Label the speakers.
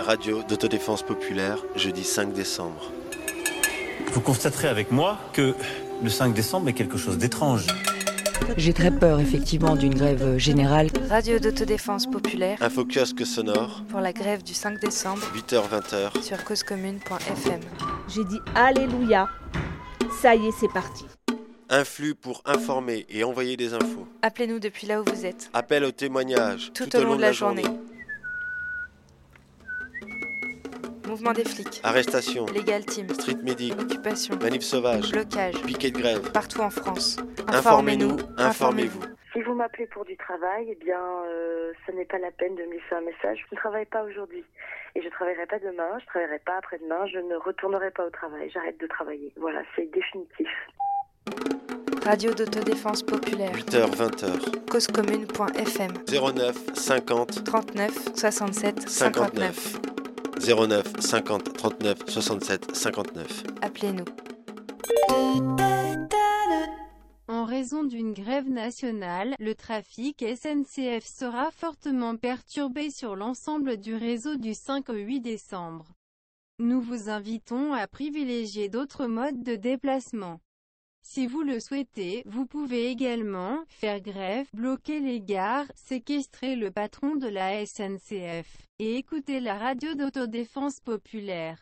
Speaker 1: radio d'autodéfense populaire, jeudi 5 décembre.
Speaker 2: Vous constaterez avec moi que le 5 décembre est quelque chose d'étrange.
Speaker 3: J'ai très peur effectivement d'une grève générale.
Speaker 4: Radio d'autodéfense populaire
Speaker 1: Info kiosque sonore,
Speaker 4: pour la grève du 5 décembre
Speaker 1: 8h-20h.
Speaker 4: sur causecommune.fm.
Speaker 5: J'ai dit Alléluia. Ça y est, c'est parti.
Speaker 1: Un flux pour informer et envoyer des infos.
Speaker 4: Appelez-nous depuis là où vous êtes,
Speaker 1: Appel au témoignage
Speaker 4: tout, au long de la journée. Mouvement des flics,
Speaker 1: Arrestation,
Speaker 4: Legal Team,
Speaker 1: street medic,
Speaker 4: Occupation,
Speaker 1: manif sauvage,
Speaker 4: Blocage,
Speaker 1: piquet de grève.
Speaker 4: partout en France.
Speaker 1: Informez-nous, informez-vous.
Speaker 6: Si vous m'appelez pour du travail, eh bien, euh, ce n'est pas la peine de me laisser un message. Je ne travaille pas aujourd'hui. Et je ne travaillerai pas demain, je ne travaillerai pas après-demain, je ne retournerai pas au travail, j'arrête de travailler. Voilà, c'est définitif.
Speaker 4: Radio d'autodéfense populaire,
Speaker 1: 8h-20h.
Speaker 4: causecommune.fm,
Speaker 1: 09 50
Speaker 4: 39 67 59.
Speaker 1: 59. 09 50 39 67 59.
Speaker 4: Appelez-nous.
Speaker 7: En raison d'une grève nationale, le trafic SNCF sera fortement perturbé sur l'ensemble du réseau du 5 au 8 décembre. Nous vous invitons à privilégier d'autres modes de déplacement. Si vous le souhaitez, vous pouvez également faire grève, bloquer les gares, séquestrer le patron de la SNCF et écouter la radio d'autodéfense populaire.